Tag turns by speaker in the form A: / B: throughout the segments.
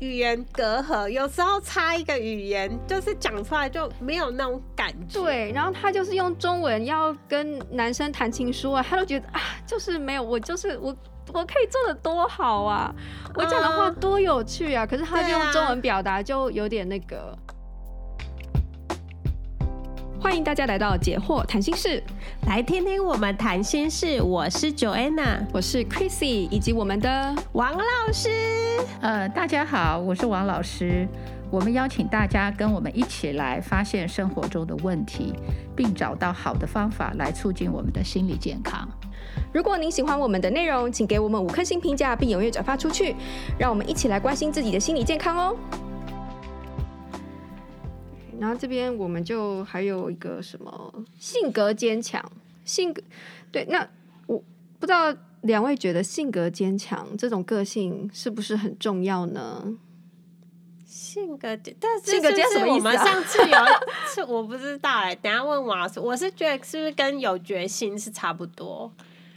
A: 语言隔阂，有时候差一个语言，就是讲出来就没有那种感觉。
B: 对，然后他就是用中文要跟男生谈情说爱、啊，他都觉得啊，就是没有，我就是我，我可以做的多好啊，我讲的话
A: 嗯
B: 多有趣啊，可是他就
A: 对啊
B: 用中文表达就有点那个。欢迎大家来到解惑谈心室，
A: 来听听我们谈心事，我是 Joanna
B: 我是 Chrissy，以及我们的
A: 王老师。
C: 呃，大家好，我是王老师。我们邀请大家跟我们一起来发现生活中的问题，并找到好的方法来促进我们的心理健康。
B: 如果您喜欢我们的内容，请给我们五颗星评价，并踊跃转发出去，让我们一起来关心自己的心理健康哦。然后这边我们就还有一个什么性格坚强，性格对，那我不知道两位觉得性格坚强这种个性是不是很重要呢？
A: 性格坚，但是
B: 性格坚
A: 是
B: 什
A: 不
B: 么
A: 是
B: 意思啊
A: 我们上次有 一次我不知道哎、等一下问王老师，我是觉得是不是跟有决心是差不多？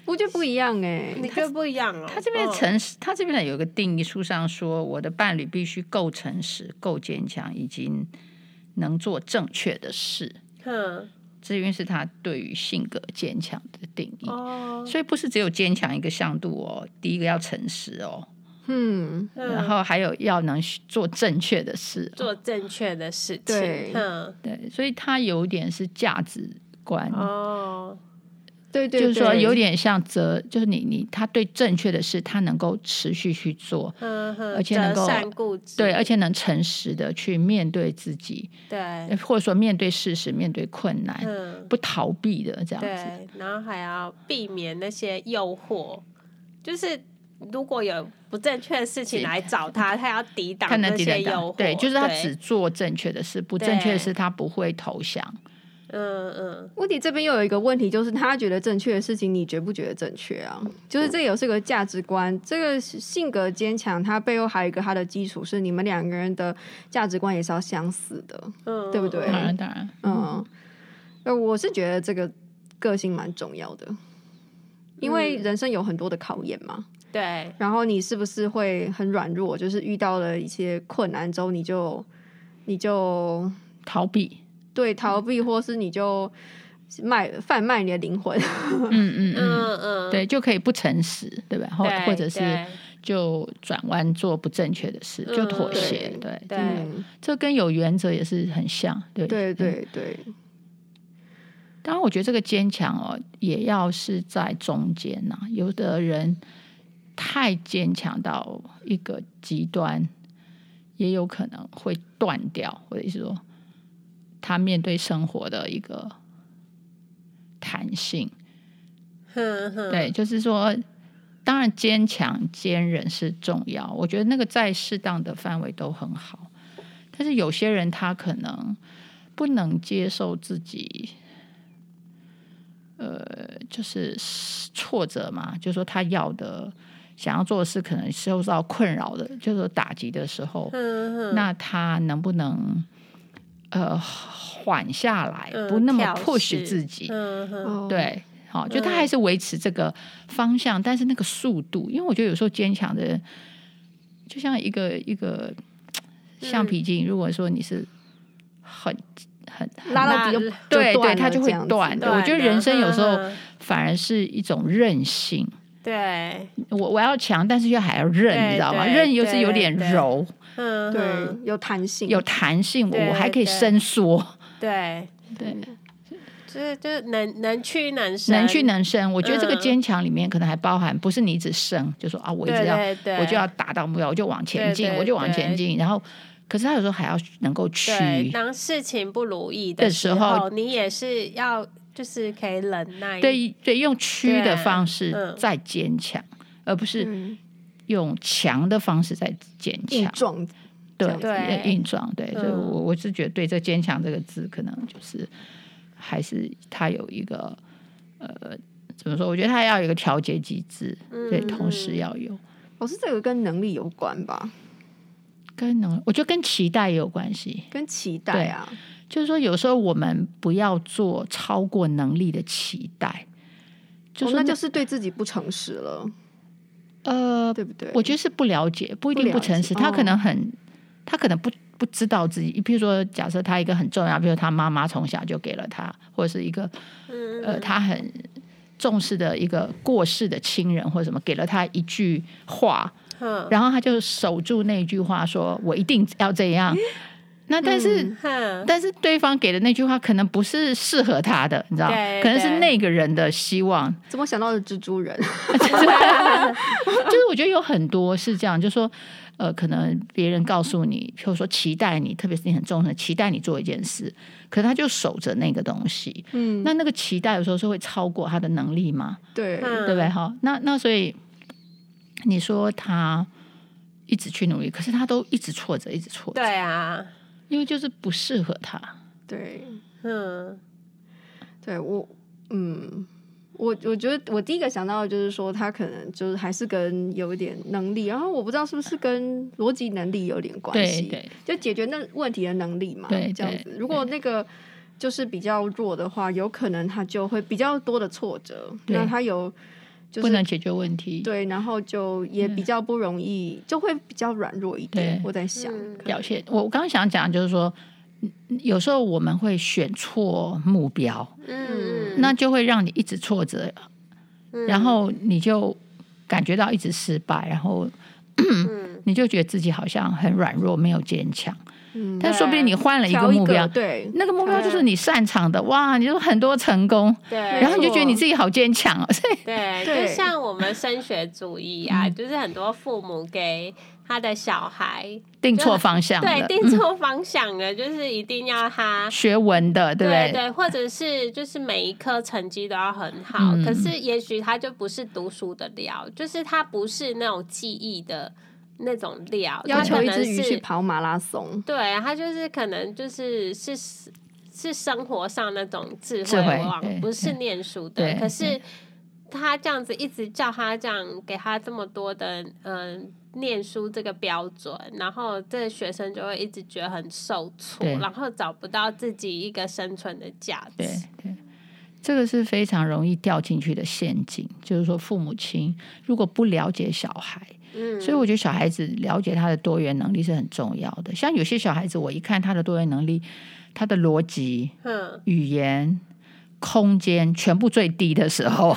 B: 我觉得不一样哎、
A: 你觉得不一样哦？
C: 他这边
A: 嗯
C: 诚实，他这边呢有个定义书上说，我的伴侣必须够诚实、够坚强，以及能做正确的事。
A: 哦哼
C: 这因为是他对于性格坚强的定义，
A: 哦，
C: 所以不是只有坚强一个向度哦。第一个要诚实哦，
B: 嗯，
A: 嗯
C: 然后还有要能做正确的事、哦。
A: 做正确的事情，
B: 对
A: 嗯
C: 对，所以他有点是价值观，
A: 哦，
B: 对对
C: 就是说
B: 对
C: 有点像责，就是你你他对正确的事，他能够持续去做，
A: 嗯哼，
C: 而且能
A: 择
C: 够
A: 善固执，
C: 对，啊而且能诚实的去面对自己，
A: 对
C: 呃，或者说面对事实、面对困难，
A: 嗯，
C: 不逃避的这样子。
A: 对，然后还要避免那些诱惑，就是如果有不正确的事情
C: 是
A: 来找他，他要抵挡
C: 他能
A: 那
C: 抵
A: 些
C: 得
A: 诱
C: 到
A: 惑，，
C: 对，就是他只做正确的事，不正确的事他不会投降。
A: 嗯嗯，
B: 问题这边又有一个问题，就是他觉得正确的事情，你觉不觉得正确啊？就是这有是个价值观，这个性格坚强，它背后还有一个它的基础是你们两个人的价值观也是要相似的，
A: 嗯
B: 对不对
C: 当然，当然，
B: 嗯，呃，我是觉得这个个性蛮重要的，因为人生有很多的考验嘛，
A: 对，
B: 然后你是不是会很软弱？就是遇到了一些困难之后，你就你就
C: 逃避，
B: 对逃避，或是你就卖贩卖你的灵魂。
C: 嗯嗯嗯，
A: 嗯嗯，
C: 对，就可以不诚实，对吧？或
A: 对，
C: 或者是
A: 对
C: 就转弯做不正确的事，就妥
A: 嗯
C: 协，
B: 对
A: 对
C: 对，
B: 嗯
C: 这跟有原则也是很像，对
B: 对。
C: 嗯
B: 对对，
C: 当然，我觉得这个坚强哦，也要是在中间呐、有的人太坚强到一个极端，也有可能会断掉。我的意思说，他面对生活的一个弹性，
A: 哼哼，
C: 对，就是说。当然，坚强、坚韧是重要。我觉得那个在适当的范围都很好。但是有些人他可能不能接受自己，呃，就是挫折嘛，就是说他要的、想要做的事，可能受到困扰的，就是说打击的时候，
A: 嗯哼，
C: 那他能不能呃缓下来，
A: 嗯
C: 不那么
A: 调试
C: push 自己？
A: 嗯哼，
B: 哦，
C: 对，好、就他
A: 嗯
C: 还是维持这个方向，但是那个速度，因为我觉得有时候坚强的人，就像一个一个
A: 嗯
C: 橡皮筋，如果说你是很很很
B: 拉到
A: 那
B: 底就
C: 对
B: 就
C: 对，
B: 断
C: 它
B: 了
C: 就
B: 这
C: 会
B: 样子
C: 断的。
A: 对
C: 我觉得人生有时候
A: 嗯
C: 反而是一种韧性，
A: 对，
C: 我我要强，但是又还要韧，
A: 对
C: 你知道吗？
A: 对
C: 韧又是
A: 对
C: 有
A: 对
C: 点
A: 对
C: 柔，
A: 嗯
B: 对
A: 哼，
B: 有弹性，
C: 有弹性，我我还
A: 对
C: 可以
A: 对
C: 伸缩，
A: 对，
C: 对。
A: 就是就是能能屈能伸，
C: 能屈能伸。我觉得这个
A: 嗯
C: 坚强里面可能还包含，不是你一直伸，就说啊，我一直
A: 对
C: 要，
A: 对对
C: 我就要达到目标，我就往前进，
A: 对对
C: 我就往前进。然后，可是他有时候还要能够屈，
A: 对，当事情不如意的
C: 的
A: 时
C: 时候
A: 你也是要就是可以忍耐。
C: 对对，用屈
A: 对
C: 的方式
A: 嗯
C: 再坚强，而不是
B: 嗯
C: 用强的方式再坚
B: 硬
C: 强。
B: 撞，这
C: 对
B: 样子
A: 对
C: 硬撞，对，所以
A: 嗯
C: 我我是觉得对这“坚强”这个字，可能就是还是它有一个呃。怎么说？我觉得它要有一个调节机制，
A: 嗯
C: 对，同时要有。
B: 我是这个跟能力有关吧，
C: 跟能，我觉得跟期待也有关系。
B: 跟期待啊，
C: 就是说，有时候我们不要做超过能力的期待，就
B: 哦
C: 说
B: 那就是对自己不诚实了，
C: 呃，
B: 对不对？
C: 我觉得是不了解，不一定
B: 不了
C: 不
B: 解
C: 诚实，他
B: 哦
C: 可能很，他可能不不知道自己。比如说，假设他一个很重要，比如他妈妈从小就给了他，或者是一个
D: 嗯，
C: 呃他很重视的一个过世的亲人或者什么，给了他一句话，
B: 嗯
D: 哼
C: 然后他就守住那一句话说，我一定要这样。那但是。
B: 嗯
D: 哼，
C: 但是对方给的那句话可能不是适合他的，你知道，
D: 对
C: 可能是
D: 对
C: 那个人的希望，
B: 怎么想到的蜘 蛛人？
C: 就是我觉得有很多是这样，就说呃，可能别人告诉你，或者说期待你，特别是你很重视，期待你做一件事，可他就守着那个东西。
B: 嗯，
C: 那那个期待有时候是会超过他的能力嘛，
B: 对，
D: 嗯
C: 对不对？哈，那那所以你说他一直去努力，可是他都一直挫折，一直挫折，
D: 对啊，
C: 因为就是不适合他。
B: 对，
D: 嗯
B: 对我，嗯，我我觉得我第一个想到的就是说，他可能就是还是跟有一点能力，然后我不知道是不是跟逻辑能力有点关
C: 对
B: 系，
C: 对
B: 就解决那问题的能力嘛，
C: 对
B: 这样
C: 对
B: 子。如果那个就是比较弱的话，有可能他就会比较多的挫折，
C: 对
B: 那他有就
C: 不
B: 是
C: 能解决问题，
B: 对，然后就也比较不容易，就会比较软弱一点
C: 对。
B: 我在想，
D: 嗯
B: 可能
C: 表现。我我刚刚想讲就是说，嗯有时候我们会选错目标。
D: 嗯，
C: 那就会让你一直挫折，
D: 嗯
C: 然后你就感觉到一直失败，然后
D: 嗯
C: 你就觉得自己好像很软弱，没有坚强。
B: 嗯，
C: 但说不定你换了一
B: 调
C: 个
B: 一
C: 目标，
B: 对，
C: 那个目标就是你擅长的，哇，你有很多成功，
D: 对，
C: 然后你就觉得
B: 没
C: 你
B: 错
C: 自己好坚强哦。所以
D: 对，
B: 对
D: 就像我们升学主义
C: 嗯
D: 啊，就是很多父母给他的小孩
C: 定错方向
D: 对
C: 了，嗯
D: 定错方向了，就是一定要他。
C: 学文的，对不
D: 对
C: 对？
D: 或者是就是每一科成绩都要很好，
C: 嗯
D: 可是也许他就不是读书的料，就是他不是那种记忆的那种料，
B: 要
D: 他
B: 求
D: 可
B: 一
D: 能
B: 只鱼去
D: 是
B: 跑马拉松，
D: 对他就是可能就是是是生活上那种智
C: 智
D: 慧
C: 慧
D: 王，
C: 对
D: 不是念书的
C: 对。
D: 可是他这样子一直叫他这样给他这么多的嗯、念书这个标准，然后这个学生就会一直觉得很受挫
C: 对，
D: 然后找不到自己一个生存的价值
C: 对。对，这个是非常容易掉进去的陷阱。就是说，父母亲如果不了解小孩，
D: 嗯，
C: 所以我觉得小孩子了解他的多元能力是很重要的。像有些小孩子，我一看他的多元能力，他的逻辑、
D: 嗯，
C: 语言、空间全部最低的 时候，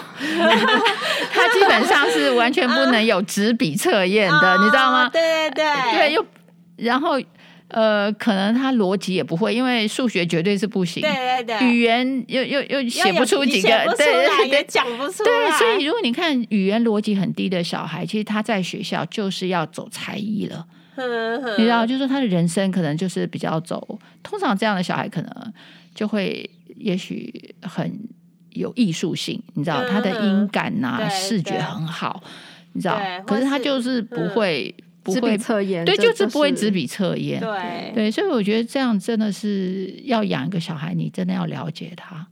C: 他基本上是完全不能有纸笔测验的，你知道
D: 哦
C: 吗？
D: 对对
C: 对，
D: 对
C: 又然后呃，可能他逻辑也不会，因为数学绝对是不行。
D: 对对对，
C: 语言又又又
D: 又
C: 写不
D: 有
C: 出几个，
D: 写不出
C: 对
D: 来
C: 对对
D: 也，讲不出
C: 对，
D: 来，
C: 所以如果你看语言逻辑很低的小孩，其实他在学校就是要走才艺了，
D: 哼哼
C: 你知道，就是说他的人生可能就是比较走，通常这样的小孩可能就会也许很有艺术性，你知道，
D: 嗯
C: 他的音感呐、
D: 对
C: 视觉
D: 对
C: 很好，你知道
D: 对，
C: 可是
D: 或嗯
C: 他
D: 是
C: 就是不会、不
B: 纸
C: 会
B: 笔，测验，
C: 对，
B: 这
C: 就是不会
B: 是
C: 纸笔测验，
D: 对
C: 对，所以我觉得这样真的是要养一个小孩，你真的要了解他，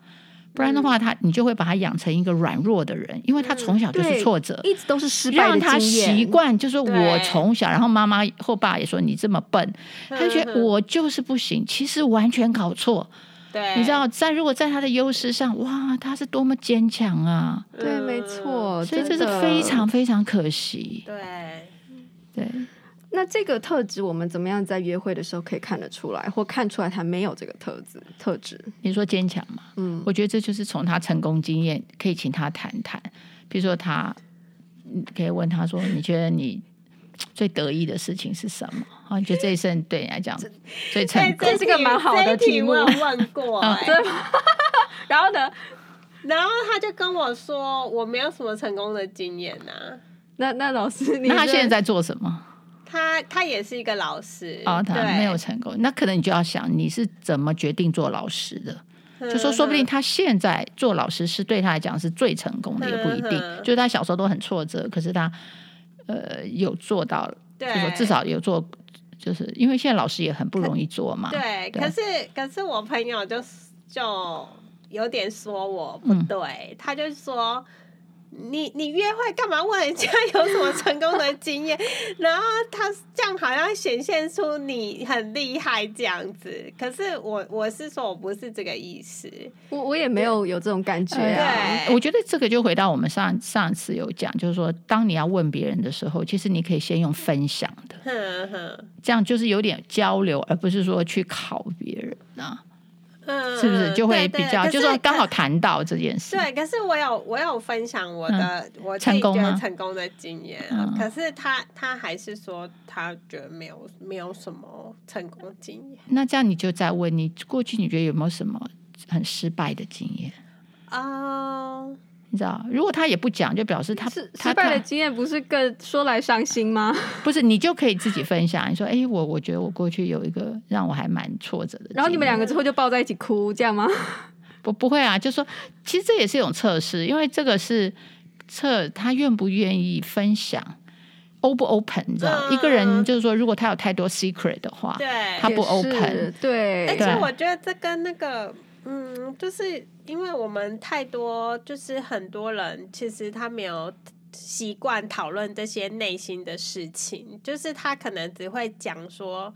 C: 不然的话他，你就会把他养成一个软弱的人，因为他从小就是
B: 对
C: 挫折，
B: 一直都是失败
C: 让
B: 的
C: 他
B: 经验，
C: 习惯，就说我
D: 对
C: 从小，然后妈妈或爸也说你这么笨，他就觉得
D: 嗯嗯
C: 我就是不行，其实完全搞错。
D: 对，
C: 你知道，在如果在他的优势上，哇，他是多么坚强啊！
B: 对，没错，
C: 所以这
B: 哦真
C: 是
B: 的
C: 非常。非常可惜。
D: 对，
C: 对，
B: 那这个特质，我们怎么样在约会的时候可以看得出来，或看出来他没有这个特质特质？
C: 你说坚强嘛，
B: 嗯，
C: 我觉得这就是从他成功经验可以请他谈谈，比如说他，你可以问他说，你觉得你最得意的事情是什么？啊，你觉得这一生对你来讲最成
D: 对
C: 功？
B: 这是个蛮好的
D: 这一
B: 题
D: 题
B: 目
D: 我有问 过、
A: 哎
D: 欸，
B: 然后呢？
D: 然后他就跟我说我没有什么成功的经验呐、
A: 啊
B: 那那老师，你
C: 那他
B: 这
C: 现在在做什么？
D: 他他也是一个老师
B: 哦
C: 啊，他
D: 对
C: 没有成功，那可能你就要想你是怎么决定做老师的。就说，说不定他现在做老师是对他来讲是最成功的，也不一定
D: 嗯。哼
C: 就是他小时候都很挫折，可是他呃有做到了，就说
D: 对，
C: 至少有做，就是因为现在老师也很不容易做嘛。
D: 对。
C: 对
D: 可是可是我朋
B: 嗯
D: 友就就有点说我不对，他就说
A: 你你约会干嘛问人家有什么成功的经验？ 然后他这样好像显现出你很厉害这样子。可是我我是说我不是这个意思，
B: 我我也没有有这种感觉
A: 对
B: 啊。
C: 我觉得这个就回到我们上上次有讲，就是说，当你要问别人的时候，其实你可以先用分享的，
A: 哼哼，
C: 这样就是有点交流，而不是说去考别人啊，
A: 嗯，
C: 是不是？就会
A: 对
C: 比
A: 对
C: 较，
A: 可
C: 就是说刚好
A: 可
C: 谈到这件事，
A: 对，可是我有我有分享我的、我自
C: 嗯成
A: 己
C: 功
A: 觉得
C: 吗
A: 成功的经验，啊
C: 嗯
A: 可是他他还是说他觉得没有没有什么成功经验
C: 那这样你就在问你过去你觉得有没有什么很失败的经验？
A: 啊。
C: 你知道，如果他也不讲，就表示他
B: 失
C: 他
B: 失败的
C: 他
B: 经验不是更说来伤心吗？
C: 不是你就可以自己分享。你说，哎，我我觉得我过去有一个让我还蛮挫折的经验，
B: 然后你们两个之后就抱在一起哭，这样吗？
C: 不不会啊，就说其实这也是一种测试，因为这个是测他愿不愿意分享，open 不 open，你知道，
A: 嗯
C: 一个人就是说，如果他有太多 secret 的话，
A: 对，
C: 他不
B: 也是
C: open
A: 而
B: 对
A: 且
C: 对
A: 哎我觉得这跟那个，嗯，就是因为我们太多，就是很多人其实他没有习惯讨论这些内心的事情，就是他可能只会讲说。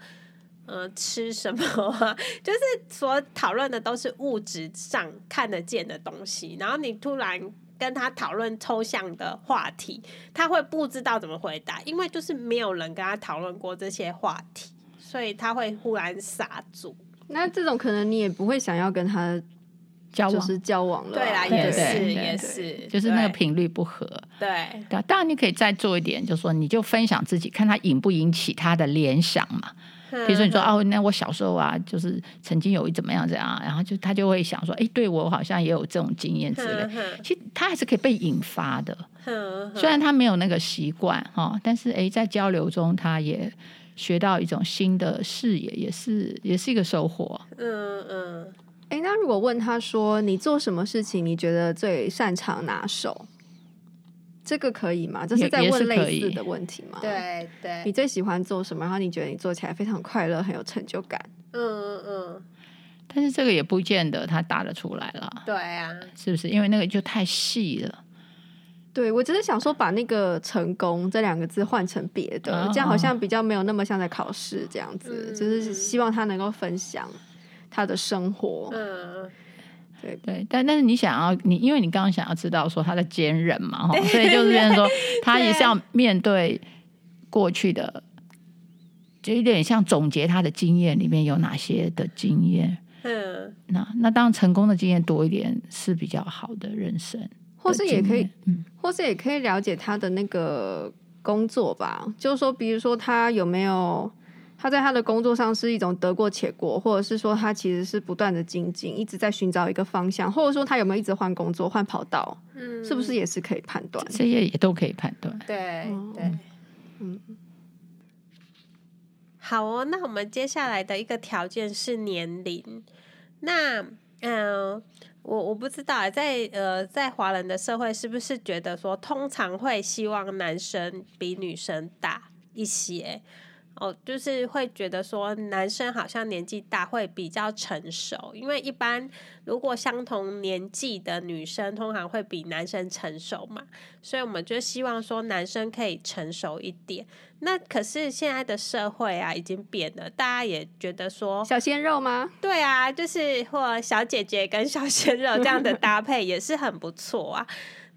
A: 嗯、 吃什么啊？ 就是所讨论的都是物质上看得见的东西，然后你突然跟他讨论抽象的话题，他会不知道怎么回答，因为就是没有人跟他讨论过这些话题，所以他会忽然傻住。
B: 那这种可能你也不会想要跟他
C: 交
B: 就
C: 往。
B: 是交往了啊，
A: 对啦，
C: 对
A: 也是
C: 对
A: 也
C: 对
A: 是，
C: 就是那个
A: 对
C: 频率不合，
A: 对
C: 对啊当然你可以再做一点，就是说你就分享自己，看他引不引起他的联想嘛。
B: 嗯
C: 比如说你说，哦，那我小时候啊，就是曾经有一怎么样怎样啊，然后就他就会想说，哎，对我好像也有这种经验之类。
A: 类，
C: 其实他还是可以被引发的，
D: 嗯
C: 虽然他没有那个习惯哈，哦但是诶，在交流中他也学到一种新的视野，也是也是一个收获。
A: 嗯嗯
B: 哎，那如果问他说你做什么事情你觉得最擅长拿手，这个可以吗？这
C: 也
B: 是在
C: 也是
B: 问
C: 可
B: 类
C: 以
B: 似的问题吗？，
A: 对对，
B: 你最喜欢做什么？然后你觉得你做起来非常快乐，很有成就感。
A: 嗯嗯
C: 但是这个也不见得他答得出来了，
A: 对啊，
C: 是不是？因为那个就太细了。
B: 对我只是想说把那个成功这两个字换成别的，
C: 哦
B: 这样好像比较没有那么像在考试这样子，
A: 嗯
B: 就是希望他能够分享他的生活。
C: 哦
A: 嗯
C: 对，但但是你想要你，因为你刚刚想要知道说他的坚韧嘛，哈，所以就是变成说他也是要面对过去的，就有点像总结他的经验里面有哪些的经验。
A: 嗯
C: 那那当然成功的经验多一点是比较好的人生，
B: 或是也可以，
C: 嗯，
B: 或是也可以了解他的那个工作吧，就是说，比如说他有没有他在他的工作上是一种得过且过，或者是说他其实是不断的精进，一直在寻找一个方向，或者说他有没有一直换工作、换跑道，
A: 嗯，
B: 是不是也是可以判断？
C: 这些也都可以判断。
A: 对
B: 嗯
A: 对，嗯。好哦，那我们接下来的一个条件是年龄。那嗯、呃我我不知道啊在呃在华人的社会是不是觉得说，通常会希望男生比女生大一些。哦，就是会觉得说男生好像年纪大会比较成熟，因为一般如果相同年纪的女生通常会比男生成熟嘛，所以我们就希望说男生可以成熟一点。那可是现在的社会啊已经变了，大家也觉得说，
B: 小鲜肉吗？
A: 对啊，就是或小姐姐跟小鲜肉这样的搭配也是很不错啊。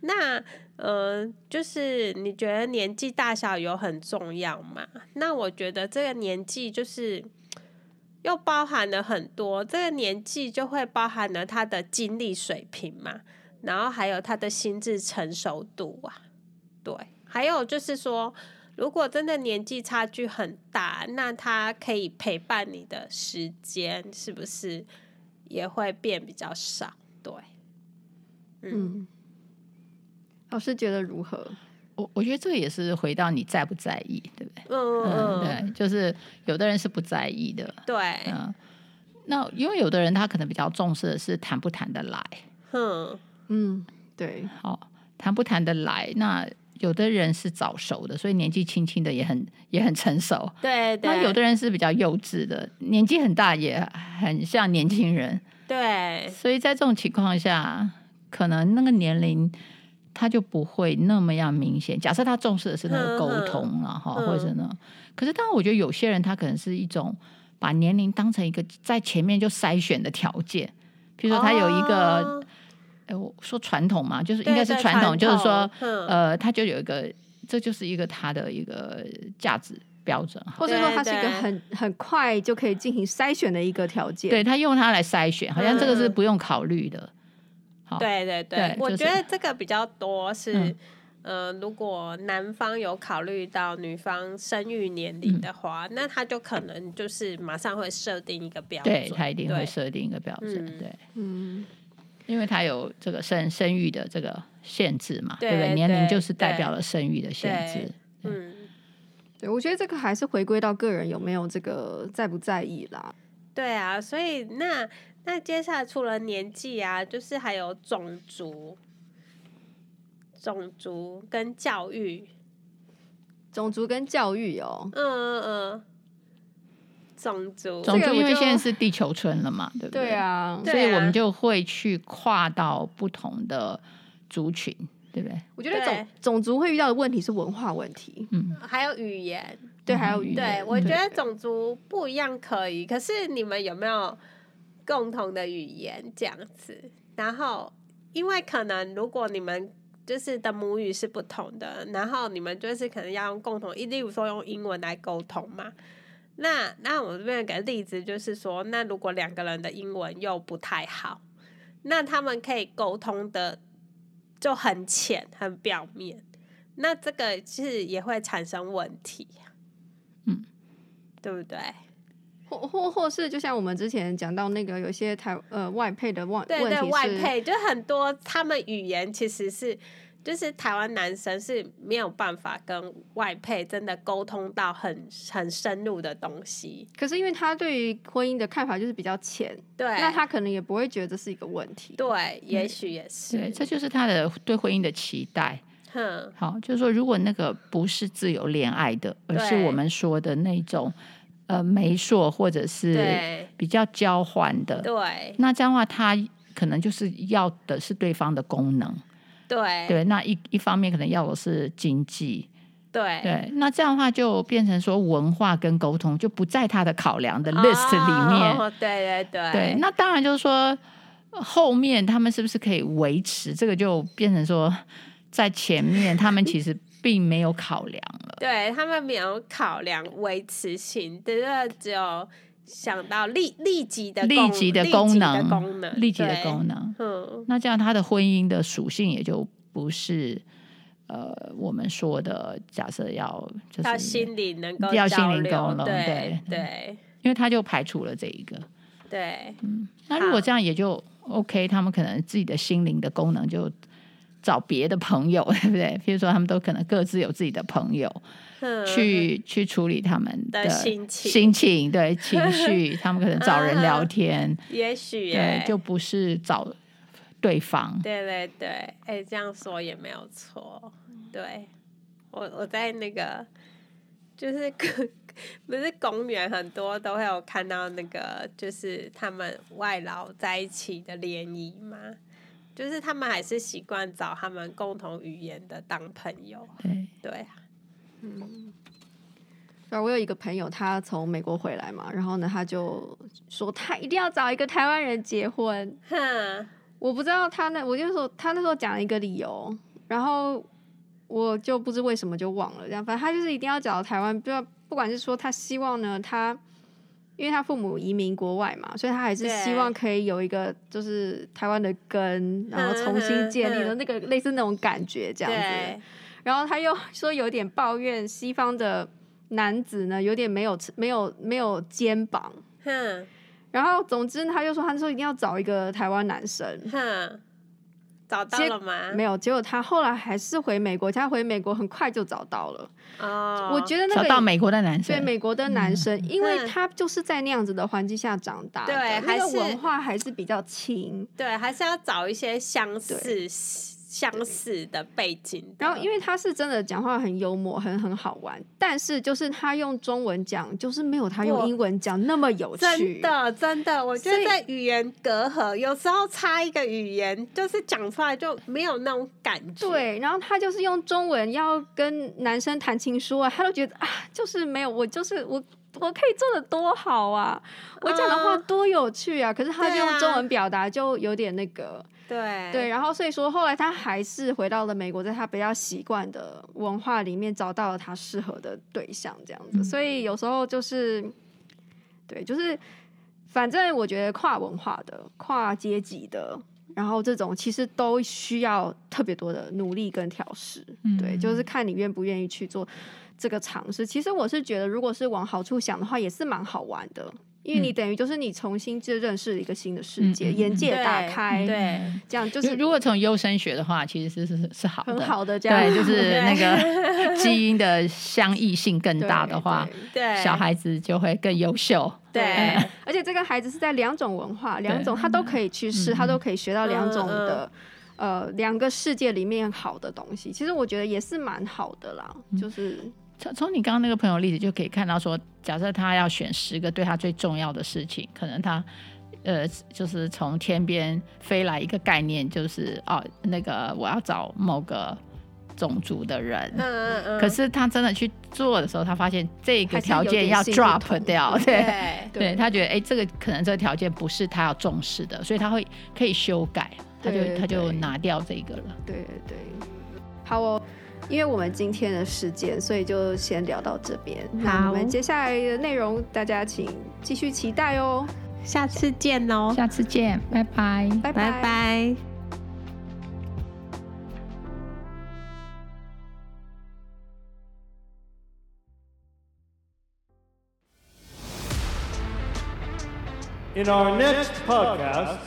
A: 那嗯、呃就是你觉得年纪大小有很重要吗？那我觉得这个年纪就是又包含了很多，这个年纪就会包含了他的经历水平嘛，然后还有他的心智成熟度啊，对，还有就是说。如果真的年纪差距很大，那他可以陪伴你的时间是不是也会变比较少？对，
B: 嗯，老师觉得如何？
C: 我我觉得这个也是回到你在不在意，对不对？
A: 嗯
C: 嗯，
A: 嗯，
C: 对，就是有的人是不在意的，
A: 对，
C: 嗯，那因为有的人他可能比较重视的是谈不谈得来，
A: 哼，
B: 嗯，对，
C: 哦，谈不谈得来，那有的人是早熟的，所以年纪轻轻的也很也很成熟。
A: 对
C: 那
A: 对，
C: 有的人是比较幼稚的，年纪很大也很像年轻人，
A: 对，
C: 所以在这种情况下，可能那个年龄他就不会那么样明显。假设他重视的是那个沟
A: 嗯嗯
C: 通了哈，
A: 嗯
C: 或者呢，可是当然我觉得有些人他可能是一种把年龄当成一个在前面就筛选的条件，比如说他有一个
A: 哦
C: 哎，我说传统嘛，就是
A: 对
C: 应该是
A: 对
C: 传统，就是说，
A: 嗯
C: 呃，他就有一个，这就是一个他的一个价值标准啊哈。
B: 或者说
A: 对
B: 它是一个
A: 对
B: 很很快就可以进行筛选的一个条件。
C: 对他用它来筛选，好像这个是
A: 嗯
C: 不用考虑的。好，
A: 哦对对
C: 哦对
A: 对，我
C: 就是
A: 觉得这个比较多是，
C: 嗯
A: 呃，如果男方有考虑到女方生育年龄的
C: 嗯
A: 话，那他就可能就是马上会设定一个标准，
C: 对他一定会
A: 对
C: 设定一个标准，
A: 嗯
C: 对，
B: 嗯，
C: 因为他有这个生生育的这个限制嘛，
A: 对
C: 不对？
A: 对
C: 年龄就是
A: 对
C: 代表了生育的限
A: 对
C: 制。
A: 嗯，
B: 对，我觉得这个还是回归到个人有没有这个在不在意啦。
A: 对啊，所以那那接下来除了年纪啊，就是还有种族、种族跟教育，
B: 种族跟教育哦，
A: 嗯嗯嗯，种族，
B: 这
C: 种族
B: 个我
C: 因为
B: 就
C: 现在是地球村了嘛，对不
B: 对啊，
A: 对
C: 所以我
A: 啊
C: 们就会去跨到不同的族群，对不对？
B: 我觉得
A: 对
B: 种种族会遇到的问题是文化问题，
C: 嗯，
A: 还有语言，
B: 对，
C: 嗯
B: 还有语
A: 对，
B: 言
A: 我觉得
B: 对
A: 种族不一样可以，可是你们有没有共同的语言这样子？然后，因为可能如果你们就是的母语是不同的，然后你们就是可能要用共同，例如说用英文来沟通嘛。那那我这边有个例子就是说，那如果两个人的英文又不太好，那他们可以沟通的就很浅、很表面，那这个其实也会产生问题。对不对？
B: 或或或是就像我们之前讲到那个有一些台呃外配的问
A: 对
B: 问
A: 对，
B: 题
A: 外
B: 是，
A: 配就很多，他们语言其实是，就是台湾男生是没有办法跟外配真的沟通到很很深入的东西。
B: 可是因为他对于婚姻的看法就是比较浅，
A: 对，
B: 那他可能也不会觉得这是一个问题。
A: 对，也许也是，
C: 对，这嗯就是他的对婚姻的期待。
A: 哼，
C: 好，就是说，如果那个不是自由恋爱的，而
A: 对
C: 是我们说的那种呃媒妁或者是
A: 对
C: 比较交换的，
A: 对
C: 那这样的话，他可能就是要的是对方的功能，
A: 对
C: 对，那一一方面可能要的是经济，
A: 对
C: 对，那这样的话就变成说文化跟沟通就不在他的考量的 list 里面，
A: 哦对对对
C: 对，那当然就是说，呃后面他们是不是可以维持？这个就变成说，在前面他们其实并没有考量了。
A: 对他们没有考量维持性，只是只有想到立立即的
C: 立
A: 功
C: 即的
A: 立
C: 功
A: 即
C: 能
A: 的功能，
C: 立即的
A: 对
C: 功能，
A: 嗯，
C: 那这样他的婚姻的属性也就不是呃我们说的假设要就
A: 到
C: 是，
A: 心里能够
C: 要心
A: 交
C: 灵
A: 流
C: 沟通
A: 对
C: 对
A: 对
C: 因为他就排除了这一个。
A: 对
C: 那如果
A: 好
C: 这样也就 OK，他们可能自己的心灵的功能就找别的朋友， 对不对？比如说他们都可能各自有自己的朋友，
A: 嗯，
C: 去去处理他们
A: 的心情啊
C: 心情对情绪，他们可能找人聊天，
A: 也许
C: 对
A: 耶，，
C: 就不是找对方。
A: 对对对，哎、这样说也没有错。对我我在那个就是不是公园很多都会有看到那个就是他们外劳在一起的联谊嘛，就是他们还是习惯找他们共同语言的当朋友。
C: 对，
A: 对啊，
B: 对，啊我有一个朋友，他从美国回来嘛，然后呢，他就说他一定要找一个台湾人结婚。
A: 哼，
B: 我不知道他那，我就说他那时候讲了一个理由，然后我就不知为什么就忘了。这样，反正他就是一定要找台湾，不要不管是说他希望呢，他因为他父母移民国外嘛，所以他还是
A: 对
B: 希望可以有一个就是台湾的根，然后重
A: 嗯
B: 新建立的那个类似那种感觉这样子。
A: 对，
B: 然后他又说有点抱怨西方的男子呢，有点没有没有没有肩膀。
A: 哼
B: 然后总之他就说，他说一定要找一个台湾男生。
A: 哼，找到
B: 结
A: 了吗？
B: 没有，结果他后来还是回美国，他回美国很快就找到了。
A: 哦，
B: 我觉得那
C: 找
B: 个
C: 到美国的男
B: 对
C: 生，
B: 美国的男生，因为
A: 嗯
B: 他就是在那样子的环境下长大的，
A: 对还
B: 那个
A: 是
B: 文化还是比较轻。
A: 对，还是要找一些相似相似的背景的。
B: 然后，因为他是真的讲话很幽默，很很好玩，但是就是他用中文讲，就是没有他用
A: 我
B: 英文讲那么有趣。
A: 真的，真的，我觉得
B: 所以
A: 在语言隔阂，有时候差一个语言，就是讲出来就没有那种感觉。，
B: 对，然后他就是用中文要跟男生谈情说爱，他都觉得啊，就是没有我，就是我，我可以做的多好啊，我讲的话
A: 嗯
B: 多有趣啊！可是他就
A: 对
B: 用中
A: 啊
B: 文表达，就有点那个。
A: 对，
B: 对，然后所以说后来他还是回到了美国，在他比较习惯的文化里面找到了他适合的对象，这样子。
C: 嗯
B: 所以有时候就是，对，就是反正我觉得跨文化的、跨阶级的，然后这种其实都需要特别多的努力跟调试。对，
C: 嗯
B: 就是看你愿不愿意去做这个尝试。其实我是觉得，如果是往好处想的话，也是蛮好玩的。因为你
C: 嗯
B: 等于就是你重新去认识了一个新的世界，
C: 嗯嗯嗯
B: 眼界
A: 对
B: 打开，
A: 对，
B: 这样就
C: 就是如果从优生学的话，其实是是是好的，
B: 很好的这样，
C: 对，就是
A: 对
C: 那个基因的相异性更大嗯的话，
B: 对
A: 对，
C: 小孩子就会更优秀。哎
A: 对嗯
B: 对而且这个孩子是在两种文化，两种他都可以去试，
C: 嗯
B: 他都可以学到两种
A: 嗯嗯
B: 的。呃，两个世界里面好的东西，其实我觉得也是蛮好的啦。
C: 嗯
B: 就是
C: 从从你刚刚那个朋友例子就可以看到说，假设他要选十个对他最重要的事情，可能他呃就是从天边飞来一个概念，就是哦那个我要找某个种族的人，
A: 嗯嗯嗯，
C: 可是他真的去做的时候，他发现这个
B: 还是有
C: 条件
B: 点
C: 要
B: 性不同
C: drop 掉，对。
A: 对
C: 对他觉得，哎、这个可能这个条件不是他要重视的，所以他会可以修改，他就
B: 对
C: 他就
B: 对
C: 拿掉这个了。
B: 对对，好哦。因为我们今天的时间，所以就先聊到这边。那
A: 好
B: 我们接下来的内容，大家请继续期待哦。
A: 下次见喽，
C: 下次见，拜拜。
B: 拜拜。
A: 拜拜。
E: In our next podcast,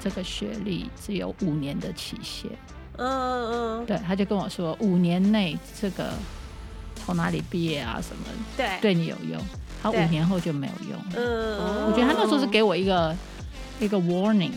C: 这个学历只有五年的期限，
A: 嗯嗯嗯，
C: 对，他就跟我说，五年内这个从哪里毕业啊什么，
A: 对，
C: 对你有用，他五
A: 对
C: 年后就没有用。
A: 嗯，嗯，
C: 我觉得他那时候是给我一个一个 warning，